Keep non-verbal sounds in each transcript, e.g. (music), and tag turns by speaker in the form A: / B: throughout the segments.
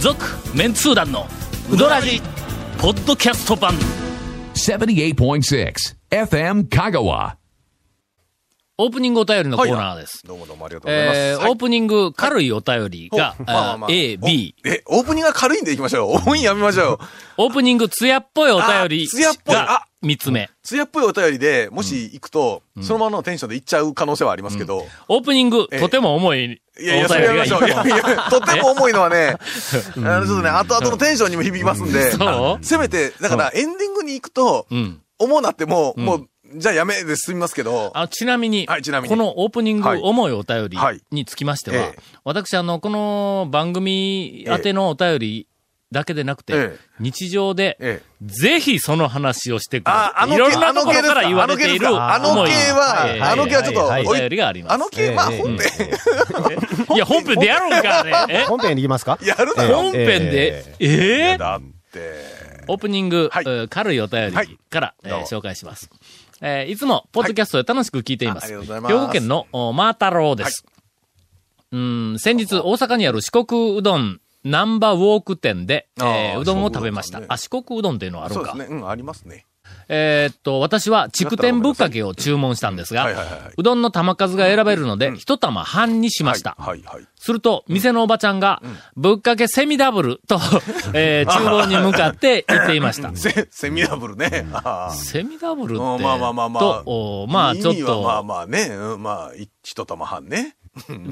A: 続メンツー団のウドラジポッドキャスト版
B: 78.6 FM Kagawa.
A: オープニングお便りのコーナーです、
C: どうもどうもありがとうございます。
A: えー
C: はい
A: オープニング軽いお便りが、
C: ほまあまあま
A: あ
C: あ
A: ー A、B
C: おえ、オープニングが軽いんでいきましょう。オ (laughs) ンやめましょう。
A: オープニング艶っぽいお便り
C: あ艶っぽい
A: が
C: あ
A: 3つ目
C: 艶っぽいお便りで、もし行くと、そのままのテンションで行っちゃう可能性はありますけど。
A: オープニング
C: ええ
A: とても重いお
C: いや
A: 便り
C: いや、それや
A: が
C: めまし
A: 一
C: ょう。いやい
A: 本 (laughs)
C: や、とっても重いのはね、あの、ちょっとね、後々のテンションにも響きますんで、
A: そう
C: せめて、だからエンディングに行くと
A: う、ん
C: 重なっても、もう、じゃあやめで済みますけど、
A: あちなみに、
C: はいちなみに
A: このオープニング
C: はい
A: 重いお便り
C: はい
A: につきましては、
C: ええ
A: 私、あの、この番組宛てのお便りだけでなくて、
C: ええ
A: 日常で、
C: ええ
A: ぜひその話をしてくれ。
C: あ、あの
A: い
C: 系、
A: ろんな
C: あ
A: と
C: の
A: ころ
C: 系です
A: から言わ
C: か、あ
A: れ
C: の系
A: て
C: で
A: い
C: す
A: る
C: か、あの
A: 思い
C: 系は、あの系はちょっと
D: はい、
A: お
C: おい
A: 便りがありま
C: あ
A: す
C: の。系、まあ本編、
A: いや、本編でやろうか、ね。
D: 本編に行きますか
C: やるな
A: え
C: よ。
A: 本編で、ええ
C: だって。
A: オープニング、
C: はい
A: えー軽いお便
C: はい
A: りから、えー
C: どうも
A: 紹介します。えーいつも、ポッドキャストで楽しく聞いていま
C: ああ
A: す。
C: り
A: 兵
C: がとうございます
A: 庫県の、おマータローです。うーん、先日、大阪にある四国うどん、ナンバーウォーク店で、えー
C: あー
A: うどんを食べました。
C: 四国
A: あ、四国
C: うどんね
A: うどんっていうのはある
C: (laughs) そ
A: ん
C: うで
A: か。
C: すね。うん、ありますね。
A: えーっと、私は、筑天ぶっかけを注文したんです
C: はいはいはいは
A: が
C: い、
A: うどんの玉数が選べるので、一玉半にしました。
C: はい、はい、はい。
A: すると、店のおばちゃんが、ぶっかけセミダブ
C: (laughs)
A: ルと、えー厨房に向かって言っていました。
C: セ、セミダブルね。あー
A: セミダブルって、
C: うんまあまあまあまあ。
A: と、おまあちょっ
C: 意味はまあ
A: と、
C: まあね。うんまあ、い一玉半ね。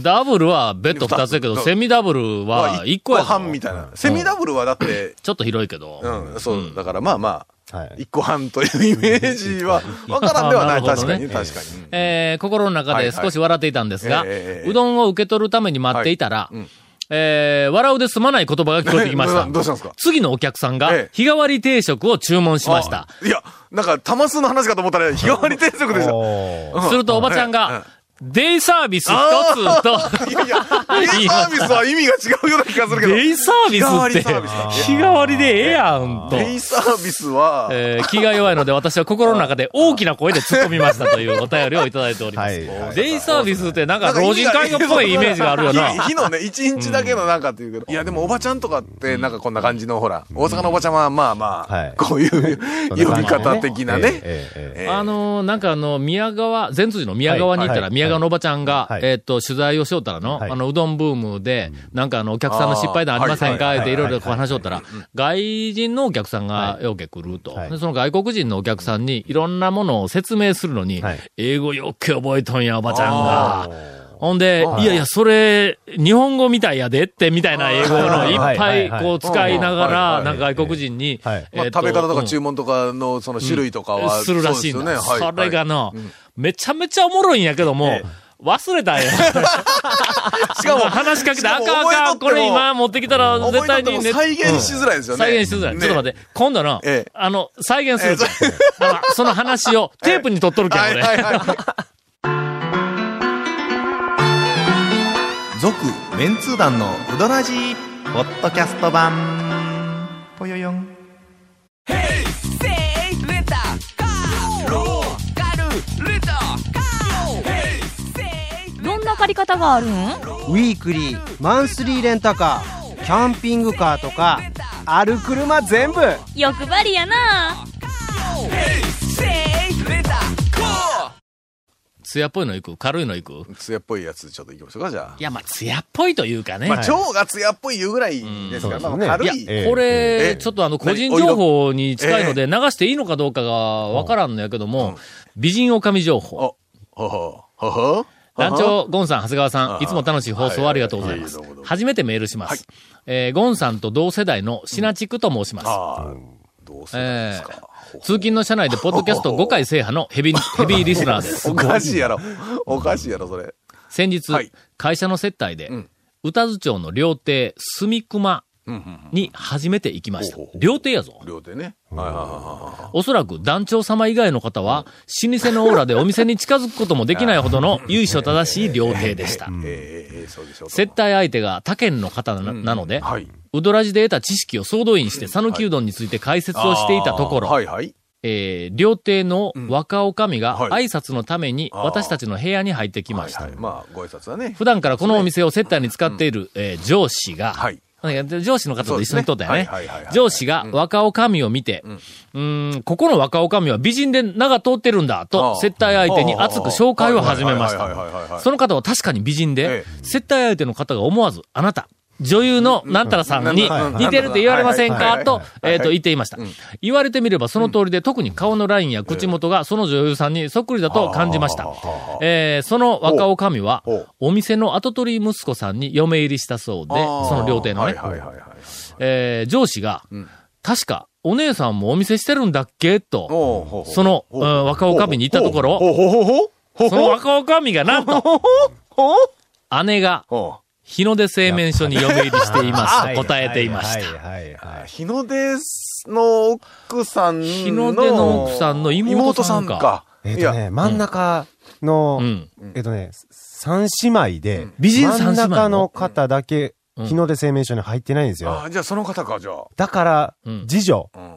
A: ダブルは別途二つやけど、
C: 二つ
A: セミダブルは一個やぞ
C: 半みたいな。セミダブルはだって、
A: ちょっと広いけど。
C: うん、そう、だからまあま
D: は
C: あ、
D: い。
C: 一個半というイメージ
A: (laughs)
C: は、わからんではな
A: なる
C: い。
A: ほ
C: 確
A: ど
C: か
A: ね
C: に、確かに。
A: えー心の中で少し笑っていたんですが、
C: はいはいええええ
A: うどんを受け取るために待っていたら、
C: いうん
A: えー笑うで済まない言葉が聞こえてきました。
C: (laughs) どうしたんですか
A: 次のお客さんが
C: ええ
A: 日替わり定食を注文しました。
C: あいや、なんか、玉数の話かと思ったら、日替わり定食でした。
D: お
A: するとおばちゃんが、デイサービス一つと、
C: いやいや、デイサービスは意味が違うような気がするけ
A: (laughs)
C: ど。
A: デイサービス
C: 日替わ
A: っ
C: り
A: て、
C: サービスだ
A: 日替わりでええやんと。
C: デイサービスは、
A: えー気が弱いので私は心の中で大きな声で突っ込みましたというお便りをいただいておりま
D: は
A: す。
D: い。はい
A: デイサービスってなんか老人会のっぽいイメージがあるよな。
C: 日のね、一日だけのなんかっていうけど。いや、でもおばちゃんとかって、なんかこんな感じの、ほら、大阪のおばちゃんは、まあま
D: は
C: あ
D: い、
C: こういう
D: そん
C: 呼
D: な感
C: び
D: じで
C: 方的な
D: ええ
C: ね。
D: ええええ
C: ええ
A: あのーなんかあの、宮川、前通寺の宮川に行った
D: は
A: ら、
D: い
A: 宮川のおばちゃんが、
D: はい
A: えーっと、取材をしよったらの、
D: はい
A: あの、うどんブームで、なんかあの、お客さんの失敗談ありません
C: あ
A: か
C: ー
A: っていろいろこう
D: はいはいはい
A: 話しよったら、外人のお客さんがよけ来ると。
D: はい
A: でその外国人のお客さんに、いろんなものを説明するのに
D: はい、
A: 英語よく覚えとんや、おばちゃん
D: あ
A: が。ほんで、
C: はい
A: いやいや、それ、日本語みたいやでって、みたいな英語のいっぱい、
D: はい
A: こう、使いなが
C: は
A: ら、
C: い
A: なんか外国人に、
D: はいはい
C: まあ
A: えーっ
C: 食べ方と
A: う
C: か
A: ん
C: 注文とかの、その種類とかは、
A: するらしいん
C: そう
A: だ。
C: ですよねはい
A: それが
C: はい
A: の、めちゃめちゃおもろいんやけども、
C: ええ
A: 忘れたんや。
C: (laughs) しかも、
A: (laughs) 話しかけて、
C: し
A: あ
C: か
A: か
C: も
A: んあ
C: 覚え
A: か
C: と
A: ん
C: っても
A: これ今持ってきたら
C: 思
A: 絶
C: い出
A: 対
C: って
A: に
C: も
A: ね、
C: 再現しづらいですよね。
A: 再現しづらい。ちょっと待
C: っ
A: って、今度の
C: ええ、
A: あの、再現するからあのその話をテープに取っとるけん、
C: はいは
A: 俺。
C: いはい。
E: 続メンツー団のウドラジーポッドキャスト版ぽよよん
F: どんな借り方があるん
G: ウィークリーマンスリーレンタカーキャンピングカーとかある車全部
F: 欲張りやな
A: 艶っぽいのいく軽いのいく
C: 艶っぽいやつちょっといきましょうか、じゃ
A: いや、まあ、艶っぽいというかね。
C: あ。まあ、蝶が艶っぽい言うぐらいですから、
D: うん
C: まあ
D: そうですね
C: 軽
A: いや
C: い。、
D: ええ
A: こ
C: え
A: れ
C: え、
A: ちょっとあの、個
C: 何
A: 人情報に近いので、流していいのかどうかがわからんのやけども、美人女将情報。
C: お、ほほ、ほほ。
A: 団長、ゴンさん、長谷川さ
C: あ
A: ん、
C: ー
A: いつも楽しい放送をありがとうございます
C: はいはいはいどうもど。うも
A: 初めてメールします。えーゴンさんと同世代のシナチクと申します。
C: ああ、どうするんですか。
A: 通勤の車内でポッドキャスト5回制覇のヘビ、
C: (laughs)
A: ヘビーリスナーです
C: お。かしいやろ。おかしいやろ、それ。
A: 先日
C: はい、
A: 会社の接待で
C: うん、
A: 宇多津町の料亭、住熊
C: うんうんうん
A: に初めて行きました
C: ほうほう。ほう
A: 料亭やぞ。
C: 両手ね。はいはいはいはい
A: おそらく団長様以外の方は、老舗のオーラでお店に近づくこともできないほどの由緒正しい料亭でした。
C: ええええそうでしょう。
A: 接待相手が他県の方ななので、
C: はい。
A: ウドラジで得た知識を総動員して、讃岐うどんについて解説をしていたところ、
C: あーはいはい。
A: えー、料亭の若女将が
C: うん
A: 挨
C: はい
A: 拶のために
C: あー
A: 私たちの部屋に入ってきました。
C: はいはいまあ、ご挨拶だね。
A: 普段からこのお店を接待に使っている、えー上司が、
C: はい
A: なんか上司の方と一緒に撮ったよね
C: そうですねはいはいはいは。い
A: 上司が若おかみを見て、うーん、ここの若おかみは美人で名が通ってるんだ
C: あ
A: と、
C: あ
A: 接待相手に熱く紹介を始めまし
C: はいはいはいはいはいは
A: た。
C: い
A: その方は確かに美人で
C: え、
A: 接待相手の方が思わず、あなた、女優のなんたらさんに
C: うんうん
A: 似てるって言われません
C: はいは
A: か
C: い
A: と、
C: はい
A: えっと、言っていました。言われてみればその通りで、特に顔のラインや口元がその女優さんにそっくりだと感じました
C: はあはあはあはあ。
A: えーその若おかみは
C: ほう、
A: お店の跡取り息子さんに嫁入りしたそうで、その料亭のね。
C: はいはいはいはい。
A: えー上司が、確か、お姉さんもお店してるんだっけと、
C: おうほうほう
A: その、う
C: ほうん
A: 若女将に行ったとこ
C: ほう
A: ろ、
C: ほうほうほうほう
A: (laughs) その若女将がなんと、姉が、
C: ほ
A: 日の出製麺所に嫁入りしていますと答えていました。
G: た。はいはいは
C: う日の出の奥さんの。
A: 日の出の奥さんの妹さんか
C: 妹か。
G: い。え
C: い
G: っと
C: や、
G: ね、真ん中の
A: う、ん。
G: えっとね、三姉妹で、
A: 美人三
G: 真ん
A: 姉妹の
G: 中の方だけ、
A: うん
G: 日の出製麺所に入ってないんです
C: あ
G: よ。
C: ーじゃあその方か、じゃあ。
G: だから
A: うん、
G: 次女
C: ん。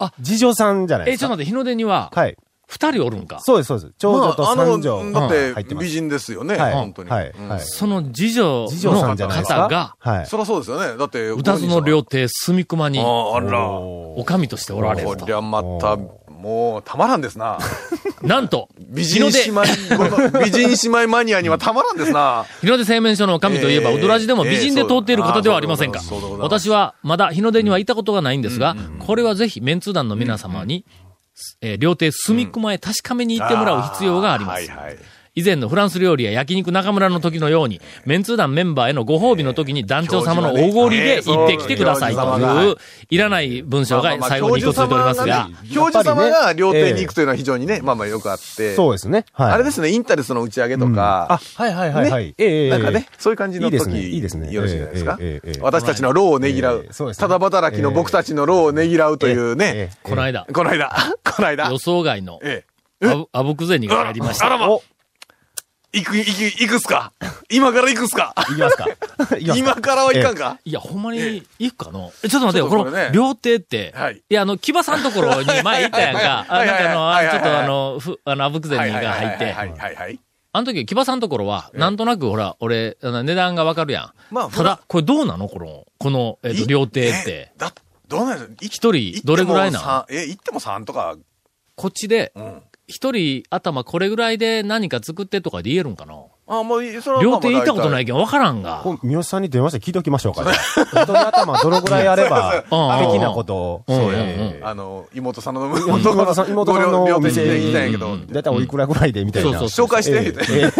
A: あ
G: 次女さんじゃないで
A: え、
G: す
A: ちょっと
G: か。
A: 待って、日の出には、
G: はい。
A: 二人おるんか。
G: そうです、そうです。長女と三女
C: まああの
G: う
C: だ
G: ん入
C: っ
G: って
C: て、
G: ま
C: 美
G: す。
C: 人ですよね、
G: はい
C: 本当に。
G: はい
C: うん
G: はい
A: その次女
G: 次女さんじゃ
A: の
G: ないです
A: 方が
G: か。、はい。
C: そりゃそうですよね。だって、
A: うたずの料亭隅熊に、
C: ああ、あら。
A: おかみとしておられる
C: ことり。ゃまた、もう、たまらんです
G: (laughs)
C: な。
A: なんと、
C: 美
A: 日
C: 人
A: の
C: 姉
A: 出
C: 妹、 (laughs) 美人姉妹マニアにはたまらんです
G: (laughs)
C: な。
A: 日の出製麺所の神といえば、
C: ええ
A: うどらじでも美人で通っている方ではありませんか
C: ええそうでござい。ます
A: 私はまだ日の出には行ったことがないんですが、これはぜひメンツ団の皆様に、えー料亭隅熊へ確かめに行ってもらう必要があります。
C: はいはい。
A: 以前のフランス料理や焼肉中村の時のように、メンツー団メンバーへのご褒美の時に団長様のおごりで行ってきてくださいと
C: 教授様
A: いう、いらない文章が最後に一つ出ておりますが、
C: 教授様
G: やっぱ
C: が
G: りね
C: 料亭に行くというのは非常にね、まあまあよくあって。
G: そうですね。はい。
C: あれですすね、インタレスの打ち上げと
G: あ
C: か、、
G: はいはいはいはい。ええ
C: なんかね、そういう感じ
G: い
C: の
G: いで
C: 時
G: すねいいですね
C: よろしいじゃないですか
G: ええええええ。
C: 私たちの労をねぎら
G: え
C: う
G: えそうで。す
C: た
G: ね
C: だ働きの僕たちの労をねぎらうという
G: え
C: ね
G: え、
A: この間、
C: この間、この間
A: 予、想外の
C: え
A: あぶあぶく銭がやりました
C: あ。らまえ、行く、行く、行くっすか今から行くっすか
G: い
C: (laughs)
G: きますか。いきます
C: 今
G: か。
C: からはいかんか
A: いや、ほんまに、行くかのえ、ちょっと待ってよ、
C: ちょ
A: こ
C: っとこれね
A: の、料亭って、
C: はい、
A: や、あの、木場さんのところに前行ったやんか
C: は
A: あ
C: い
A: なん
C: はいはい
A: かあの、
C: はい
A: あ
C: はい
A: ちょっと
C: はい
A: あの、ふ、あの、あぶく銭が入っ
C: は
A: て、
C: いはいはいはいはい。
A: あの時、木場さんのところは、なんとなくほら、俺、あの値段がわかるやん。
C: まあ
A: ただ、これどうなのこの、この、えっと、料亭っ
C: え
A: て。。
C: だ、どうなんですか
A: 一人どれぐらいなん
C: え、行っても3とか、
A: こっちで
C: う、ん。
A: 一人頭これぐらいで何か作ってとかで言えるんかな
C: あ、もう、それは。
A: 料亭行ったことないいけん、わからんが。
G: こう三好さんに電話して聞いておきましょうかね。人の頭どのぐらいあれ
C: (laughs)
G: ば、
A: うん
G: 的なことを。
A: うん
G: そう
A: うんうん
G: ええ
C: あの、妹さ
A: (laughs)
C: んの、 (laughs)
G: 妹さん、妹さんの
C: 料
G: お
C: 亭行
G: 店
C: きたいんやけ
G: に
C: ど、、
G: だいたいおいくらぐらいでみたいな。
A: そうそう
C: 紹介して、
G: えええ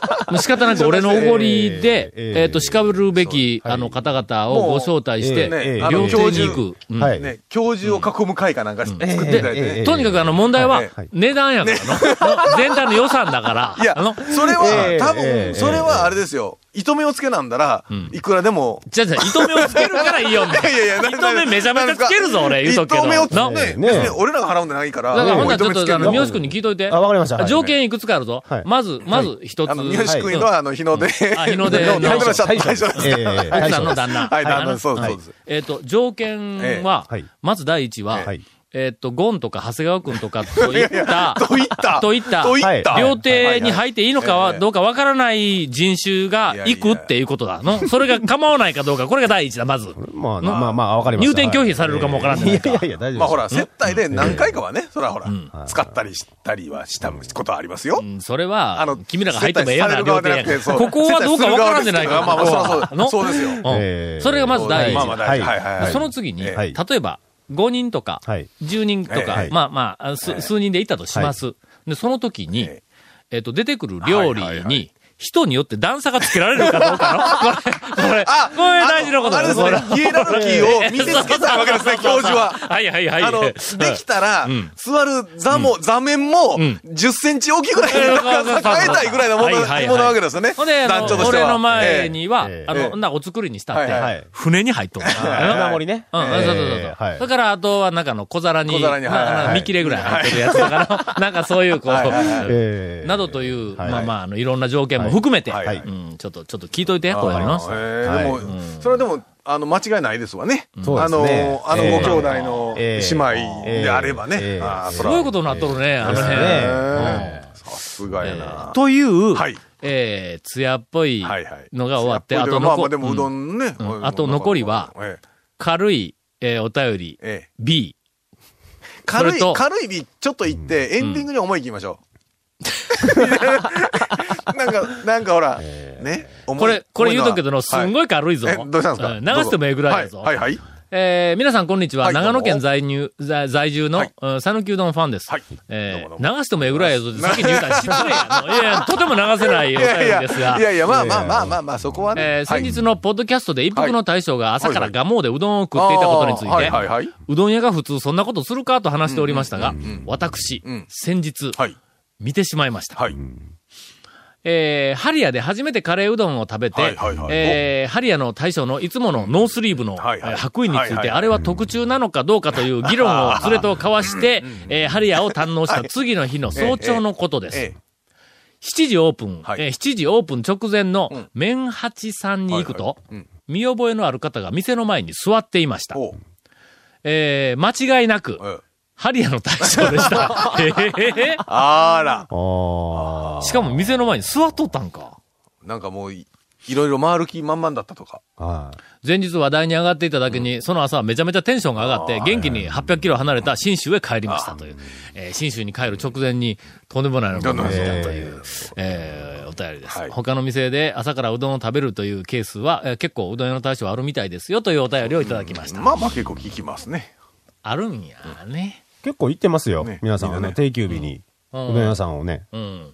G: え
A: (laughs) 仕方なく俺のおごりで、
G: え
A: え
G: え
A: っ、と、しかぶるべき、
G: そうは
A: あ
G: い
A: の、方々をご招待して、
G: もうええ
A: あの
G: ええ
A: 料亭に行く。うん
G: はい
C: ね、教授を囲む会かなんか作っていただい
G: えええええ
C: て
G: え。
A: とにかくあの問題は
C: はい
G: はい、
A: 値段やからの、の全体の予算だから、
C: いや
A: あの、、
C: それ
G: え
C: は
G: え、
C: 多
G: ええええ
C: 分、それはあれですよ。糸目をつけなんだら
A: ん、
C: いくらでも。
A: じゃじゃ糸目をつけるからいいよ、みたいな。
C: (laughs) いやいやいや
A: 糸目めちゃめちゃつけるぞ、俺、言うと
C: 一
A: くけど。
C: 等目をつけ
A: な
G: ね
C: ね、別に俺らが払うんじゃないから。
A: だからほんならち
C: 糸
A: ょ
C: 目
A: っ
C: つけ
A: と、あ
C: る
A: の、
C: の
A: 三好君に聞いといて。
G: あ、わかりました。はい
A: 条件いくつかあるぞ。
G: はい
A: まず、まず一つ。
C: あの、三好君のは、あ (laughs) の、日の出。
A: あ日の出
C: の
A: の
C: 大丈夫でした。
G: 大
C: 大
G: 将
C: 丈夫でした。
G: ええ
A: 奥
G: 大
A: さ
G: 将
A: んの旦那。
C: はい旦那
A: あの
C: そうです
A: はい
C: そうです
A: えっと、条件は
G: えはい、
A: まず第一は
G: はい、
A: えっと、ゴンとか長谷川君とかとい
C: (laughs)
A: った、
C: と言った。
A: といった
C: と言った。
G: はい
A: 料亭に入っていいのか
C: はい
A: は、
C: はい
A: どうかわからない人種が行くっていうことだの。それが構わないかどうか、これが第一だ、まず。
G: まあ、まあまあ、わかりまし
A: 入
G: た。
A: 店拒否されるかもわからんじゃない
G: い
A: か
G: やいやいや、大丈夫です。
C: まあほら、接待で何回かはね、そらほら、使ったりしたりはしたことはありますよ
A: う。んそれ
C: あ
A: は
C: の、
A: 君らが入ってもええような
C: 接待さ
A: 料
C: れる側
A: 亭
C: じゃ
A: や
C: なくて
A: ん
C: そう
A: ここはどうかわからんじゃないか。
C: まあまあ
A: ここは
C: そうそう
A: の
C: そうですよ
A: ん
G: ええ
A: それがまず第一
C: まあまあ大事。
G: は
C: はいいはいはい。
A: その次に、
G: はい
A: 例えば、5人とか、
G: はい
A: 10人とか、
G: はい
A: まあまあ、す
C: はい
A: 数人で行ったとします。で、その時に、
C: え
A: えっ、と、出てくる料理
C: はいはいは
A: に、人によって段差がつけられるかどう
C: (laughs)
A: かのこれ、これ、
C: あ
A: これ大事なこと
C: あれです
A: こ
C: ね
A: れ。
C: ヒエラルキーを見せつけたいわけですね、教授は。
A: はいはいはい。(laughs)
C: あの、できたら
A: ん、
C: 座る座も、座面も、
A: ん
C: 10センチ大き (laughs) いぐらいに
A: うん
C: 変えたいぐらいのも
A: は
C: の
A: いはいはい
C: ものなわけですよね。
A: ほんで、あ
C: 団
A: の
C: 長として
A: 俺
C: は。
A: の前には、
G: ええ
A: あ
C: ええ
A: の、なお作りにしたって、
C: はいはい
G: はい
A: 船に入っとる。
C: (laughs)
G: 船盛りね。
A: うん、そうそうそう
G: え
A: そ
G: え
A: う。
G: はい
A: だから、あとは、なんかあの、小皿に、
C: 小皿にはいはい
A: な
C: はい
A: 見切れぐらい入ってるやつだから、 (laughs) なんかそういう、こう、
C: はいはいは
G: ええ
A: などという、
G: はい
A: まあまあ、あの、いろんな条件も含めて、
C: はいはい
A: うん、ちょっと、ちょっと聞いといて、
C: え
A: これの。
C: え
G: は
C: で
G: い
C: も、それでも、あの、間違いないですわね。
G: そうで
C: あ
G: す
C: の
G: ね、
C: あの
G: ええ
C: ご兄弟の
G: え
C: 姉
G: え
C: 妹であればね。
G: ええ
C: ああ
G: ええ
A: すごいことになっとるね、あの
G: です
A: 辺。
G: ね
C: さすがやな。
A: という、
C: はい
A: えー、艶っぽい
C: はいはい。
A: のが終わって、
C: や
A: あ
C: ぽい
A: と
C: いうかまあま
A: 残
C: あでもうど
A: うん
C: んね。
A: うん
C: う
A: あと残りは
C: え
A: 軽い、えーお便り、
C: え、ええ。
A: B。そ
C: 軽
A: れ
C: い
A: と、
C: 軽い日ちょっと行って、エンディングに思い行きましょう。 (laughs) なんか、なんかほら、ね。
A: これ、これ言うとくけどの、すん
C: い。
A: ごい軽いぞ。
C: え、どうしたんですか
A: う流してもええぐらいだぞ。
C: はいはいはい。
A: えー皆さんこんにちは。
C: はい
A: 長野
C: ど
A: 県
C: うも
A: 在入、在在住の
C: はい、
A: うん讃岐うどんファンです。
C: はい
A: えー
C: どうもどう
A: 流してもええぐらいやぞって先に言うたら失礼やの。いやいや、とても流せないお
C: い
A: 便
C: やいや、
A: りですが
C: い。やいや、まあまあまあまあまあ、そこはね。
A: えー先日のポッドキャストで一服の大将が朝から
C: はい
A: ガモでうどんを食っていたことについ
C: あーは
A: て
C: い、はいはいう
A: どん屋が普通そんなことするかと話しておりましたが、私
C: うん、
A: 先日、
C: はい。
A: 見てしまいました。
C: はい。
A: えーハリアで初めてカレーうどんを食べて、
C: はいはいはい
A: えーハリアの大将のいつものノースリーブの、
C: はいはい
A: えー白衣について、
C: はいはい
A: あれは特注なのかどうかという議論を連れと交わして、えーハリアを堪
C: (laughs)
A: 能した次の日の早朝のことです。
C: ええ。
A: 7時オープン、
C: はい
A: えー7時オープン直前の
C: ん
A: 麺八さんに行くと、
C: はいはいうん
A: 見覚えのある方が店の前に座っていました。
C: おう
A: えー間違いなく、
C: ええ
A: ハリアの大将で
C: (laughs)
A: した。えへへ
C: あら。
D: あ
A: しかも店の前に座っとったんか。
C: なんかもうい、 (laughs) いろいろ回る気満々だったとか。
D: あ。はい。
A: 前日話題に上がっていただけに、その朝はめちゃめちゃテンションが上がって、元気に800キロ離れた新州へ帰りましたという、えー新州に帰る直前にとんでもないのが起きたという、えーお便りです、
C: はい
A: 他の店で朝からうどんを食べるというケースは、えー結構うどん屋の対象あるみたいですよというお便りをいただきました。
C: まあまあ結構聞きますね。
A: あるんやね。
D: 結構行ってますよ
C: ね。
D: 皆さん、
C: み
D: あ
C: んなね
D: の、定休日に、う
A: うん
D: どん屋さんをね。
A: うん。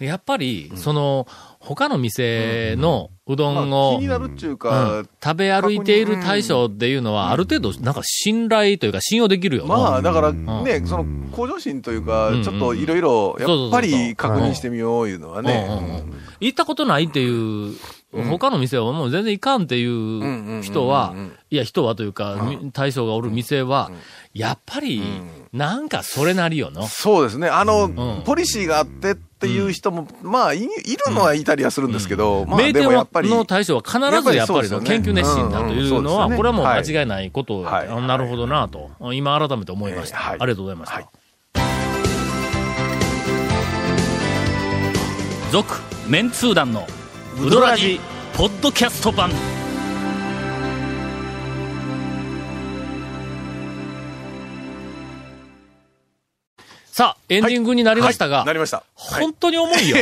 A: やっぱり、その、他の店のうどん
C: まあ
A: を
C: 気に、なるっちゅう
A: う
C: か
A: ん、食べ歩いている対象っていうのは、ある程度、なんか信頼というか信用できるよな。
C: まあ、だからね
D: う、ん
C: その、向上心というか
A: うん、
C: ちょっといろいろ、やっぱり確認してみよういうのは
A: うんうんう
C: ね。
A: ん行ったことないっていう、他の店はもう全然行かんっていう人は
C: うんうんうんうん、
A: いや、人はというか、み大将がおる店は、やっぱり、なんかそれなりよの。
C: そうですね。あ
A: うん
C: の、ポリシーがあってっていう人も、まあ、いいるのはいたりはするんですけど、まあ、
A: 名
C: で
A: 店
C: もやっ
A: は
C: ぱり、
A: の大将は必ずやっぱりの
C: やっぱりそうですよ
A: 研
C: ね
A: 究熱心だというの
C: うんうんうんそうですよ
A: は、
C: ね
A: これはもう間違いないこと
C: はい
A: あなるほどなと、今改めて思いました。
C: はい
A: ありがとうございました
C: はい。
A: 続、メンツー団のウドラジ、ポッドキャスト版。さあ、エンディングになりましたが、
C: はいなりました。
A: 本当に重いよ。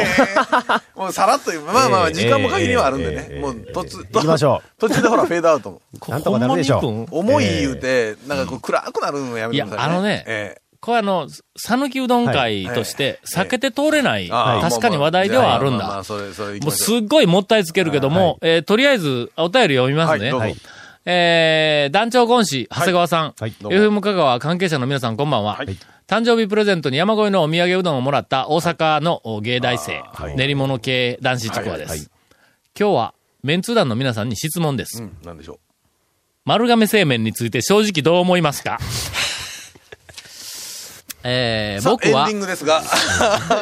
C: もうさらっと言う、まあまあまあ、時間も限りはあるん
D: え
C: で
D: ええ
C: ね。
D: え
C: もう、途中、
D: 行きましょ
C: 途中でほら、フェードアウ
A: (laughs)
C: トも。
D: (laughs) なんとかなるでしょう
A: ほんまに一分
C: 重い言うて、なんかこう、暗くなるのやめてください。
A: いやあのね
C: ええ
A: これあの、讃岐うどん会として
C: は
A: 避
C: い
A: けて通れない、
C: ああ
A: 確かに話題ではあるん
C: まままあま
A: だ
C: あ。それ、それ行き
A: もう
C: まし
A: す
C: ょう、
A: っごいもったいつけるけども、えーとりあえずお便り読みますね。
C: はい、どうぞ。
A: えー、団長ゴン氏、長谷川さん、
D: はいどうも
A: FM 香川関係者の皆さんこんばんは。
C: はい
A: 誕生日プレゼントに山越えのお土産うどんをもらった大阪のお芸大生、
C: あーはい
A: 練り物系男子ちくわです。
C: はい
A: 今日は、メンツー団の皆さんに質問です。
C: うん、なんでしょ
A: 丸亀製麺について正直どう思いますか (laughs) え
C: う。
A: ー、
C: さあ
A: 僕は
C: エンディン、グですが。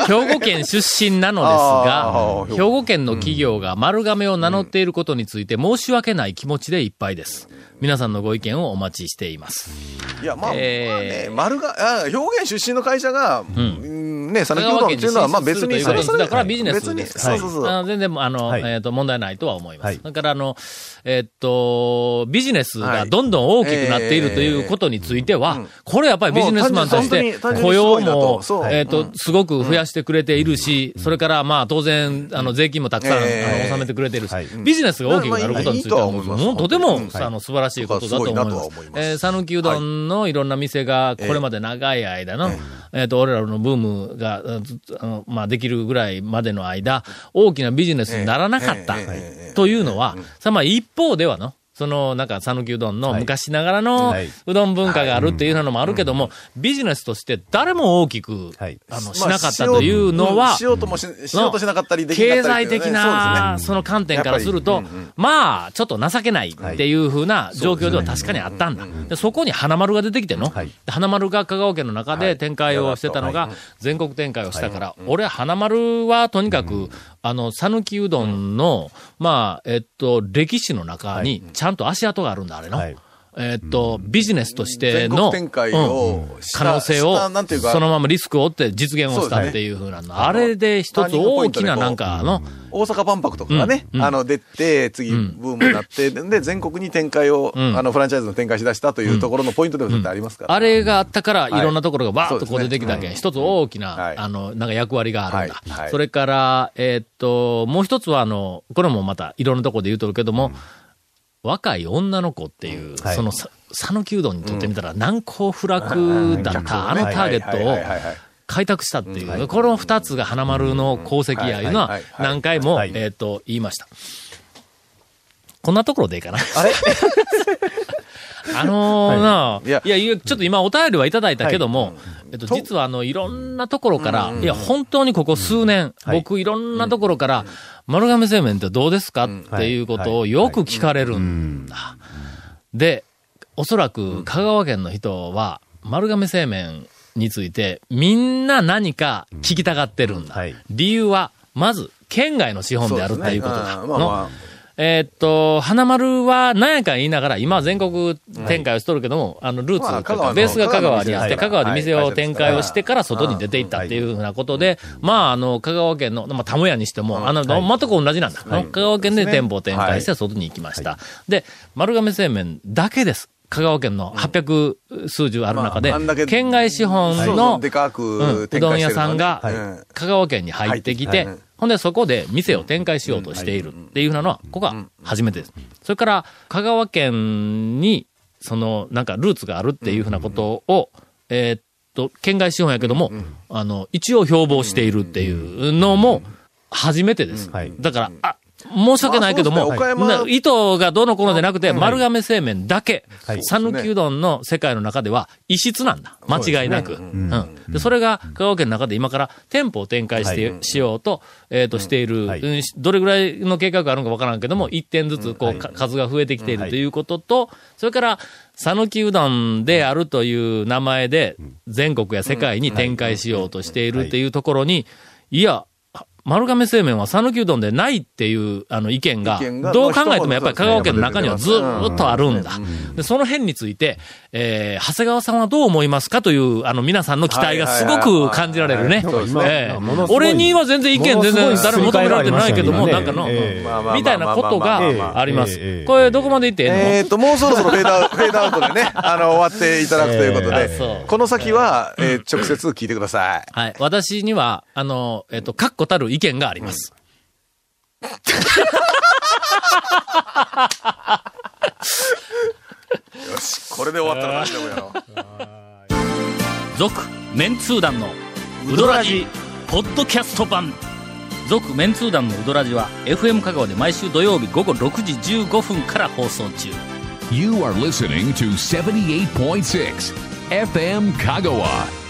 A: 兵庫県出身なのです
C: あ
A: が
C: ー、
A: 兵庫県の企業が丸亀を名乗っていることについて申し訳ない気持ちでいっぱいです。皆さんのご意見をお待ちしています。
C: (laughs) いや、まあ、
A: えー
C: まあね、丸が、あ表現出身の会社が、うん、ね、讃岐うどんっていうのは、まあ別に、
A: そ
C: そ
A: れ
C: れ
A: は
C: それ
A: だからビジネス
C: 別
A: で
C: に、
A: すから。
C: そうそうそう。
A: あの全然、あの、
D: はい
A: えっと、問題ないとは思います。
D: はい
A: だから、あの、えっと、ビジネスがどんどん大きくなっているということについては、これやっぱりビジネスマンとして
C: もう単純に単純、に
A: 雇用
C: すごいな
A: も
C: とそう、
A: えっと、すごく増やしてくれているし、それから、まあ、当然、あの、税金もたくさん、あの
C: ええ
A: 納めてくれているし
D: はい、
A: ビジネスが大きくなることについては、
C: まあいい
A: もう
C: いいとは思います
A: もうとても
C: 本、当に
A: あの、素晴らしいことだと思い
C: すごいなとは
A: ま
C: 思い
A: す。
C: ます
A: えー、讃岐うどんのいろんな店が、これまで長い間の、えっと、俺らのブームが、うんずっとあのまあ、できるぐらいまでの間、大きなビジネスにならなかった
C: ええええええ、
A: というのは、さ、まあ、一方ではの、その、なんか、讃岐うどんの昔ながらの
D: はいう
A: どん文化があるっていうのもあるけども、ビジネスとして誰も大きく、
D: はい
A: あの、し
C: まあ
A: なかったというの
C: し
A: は、
C: よううんしようともし、しようとしなかったり、できなか
A: 経
C: った
A: 済
C: りっていうね、
A: 的な、その観点からすると、
C: やっぱりうんうん
A: まあ、ちょっと情けないっていうふうな状況では確かにあったんだ。でそこに花丸が出てきての、
D: はい
A: で花丸が香川県の中で展開をしてたのが、全国展開をしたから、俺は花丸はとにかく、あの、讃岐うどんの、まあ、えっと、歴史の中に、ちゃんと足跡があるんだ、あれの。
D: はい
A: えーっと、ビジネスとして
C: 全国
A: の、
C: 展開
A: うん
C: をした、
A: 可能性を
C: したなんていう、か、
A: そのままリスクを負って実現をしたっていうふうなの、あれで一つ大きななんか、あの、
C: 大阪万博とかがね、
A: うんうん
C: あの、出て、次、ブ
A: ん
C: ームにな
A: (laughs)
C: って、で、全国に展開を、
A: うん
C: あの、フランチャイズの展開しだしたというところのポイントでも絶対ありますから。
A: あれがあったから、い
C: い
A: ろんなところがわーっとこう
C: そ
A: 出
C: うで
A: て
C: す
A: き
C: ね
A: たけん、一つ大き
C: は、
A: ないあの、なんか役割があるんだ
C: はいは。い
A: それから、えーっと、もう一つは、あの、これもまたいろんなところで言うとるけども、若い女の子っていう、
D: はい
A: そのさ、讃岐うどんにとってみたら、難攻不落だった、あのターゲット
C: は
A: を
C: いはいはいはい
A: 開拓したっていう、この二つが花丸の功績やいうの
C: うんは、
A: はい
C: はい
A: 何回も、
D: はい
A: えーっと、言いました。こんなところでいいかな。
D: あれ
A: あのーなあ
C: いや
A: いや、いやちょっと今お便りはいただいたけども、えっと、実はあの、いろんなところから、いや、本当にここ数年、
D: はい
A: 僕いろんなところから、丸亀製麺ってどうですかっていうことを
D: はい
A: よく聞かれるんだ。で、おそらく香川県の人は、丸亀製麺について、みんな何か聞きたがってるんだ。
D: うんはい
A: 理由は、まず、県外の資本であるっていうことだ。
C: そうですねうんまあまあ
A: のえーっと、花丸は何やかん言いながら、今は全国展開をしとるけども、あの、ルーツ
C: ま
A: とい
C: あ香
A: う
C: 川
A: か、
C: の
A: ベースが香川にあって、
D: 香
A: 香川
D: 川
A: で
D: の
A: 店
D: 店
A: を展開をしてから外に出ていったっていうふうなことで、まあ、あの、香川県の、まあ、タモヤにしても、あの、
D: はい
A: 全く同じなんだ。香川県で店舗を展開して外に行きました。で、丸亀製麺だけです。香川県の800数十ある中で
C: まああんだけ、
A: 県外資本
C: そうそ
A: の
C: う、でか
A: うん
C: く
A: う
C: 展
A: どん
C: 開して
A: 屋
C: るの
A: さ
C: はね
A: んが
C: うん、
A: 香川県に入ってきて
C: はい、
A: ほんでそこで店を展開しようとしているっていうふうなのは、ここが初めてです。それから、香川県に、その、なんかルーツがあるっていうふうなことを、えーっと、県外資本やけども、あの、一応標榜しているっていうのも、初めてです
D: はい。
A: だから、あ、申し訳ないけども、
C: まあそうですね
A: な
C: 岡山
A: 糸がどうのこうのじゃなくて、丸亀製麺だけ
D: は、い
A: 讃岐うどんの世界の中では異質なんだ。間違いなく。うんでそれが香川県の中で今から店舗を展開して、しようと、えっ、と、している、
D: はい
A: うんしどれぐらいの計画があるのかわからんけども、1点ずつ、こう、
D: はい
A: か数が増えてきてい
D: は
A: る
D: い
A: ということと、それから、讃岐うどんであるという名前で、全国や世界に展開しようとしているっていうところに、いや、丸亀製麺は讃岐うどんでないっていう、あの、意見が
C: 意見、が
A: どう考えてもやっぱり香川県の中にはず
C: まあ一つ
A: ーっとあるんだ。で、その辺について、えー、長谷川さんはどう思いますかという、あの、皆さんの期待がすごく感じられる
D: は
A: ね。
D: いはいはい
A: ええ
D: 今ものすごい
A: 俺には全然意見全然誰も求められてないけども、
D: ものす
A: な
D: ごい
A: んかの、
D: ええ
C: まあまあまあまあまあ
A: みたいなことがありま
D: えええええ
A: す。
D: え
A: これ、どこまで行ってええの
C: えっと、もうそろそろフェードアウトフェードアウトでね、あの、終わっていただくということ
A: えーあそう
C: で、この先は、えー直接聞いてください。
A: はい。私には、あの、えっと、確固たる意見があります。
C: これで終わったら何でもやろう。
A: 続、メンツー団の、ウドラジ、ポッドキャスト版。続、メンツー団のウドラジは、FM 香川で毎週土曜日午後6時15分から放送中。
B: You are listening to 78.6 FM Kagawa.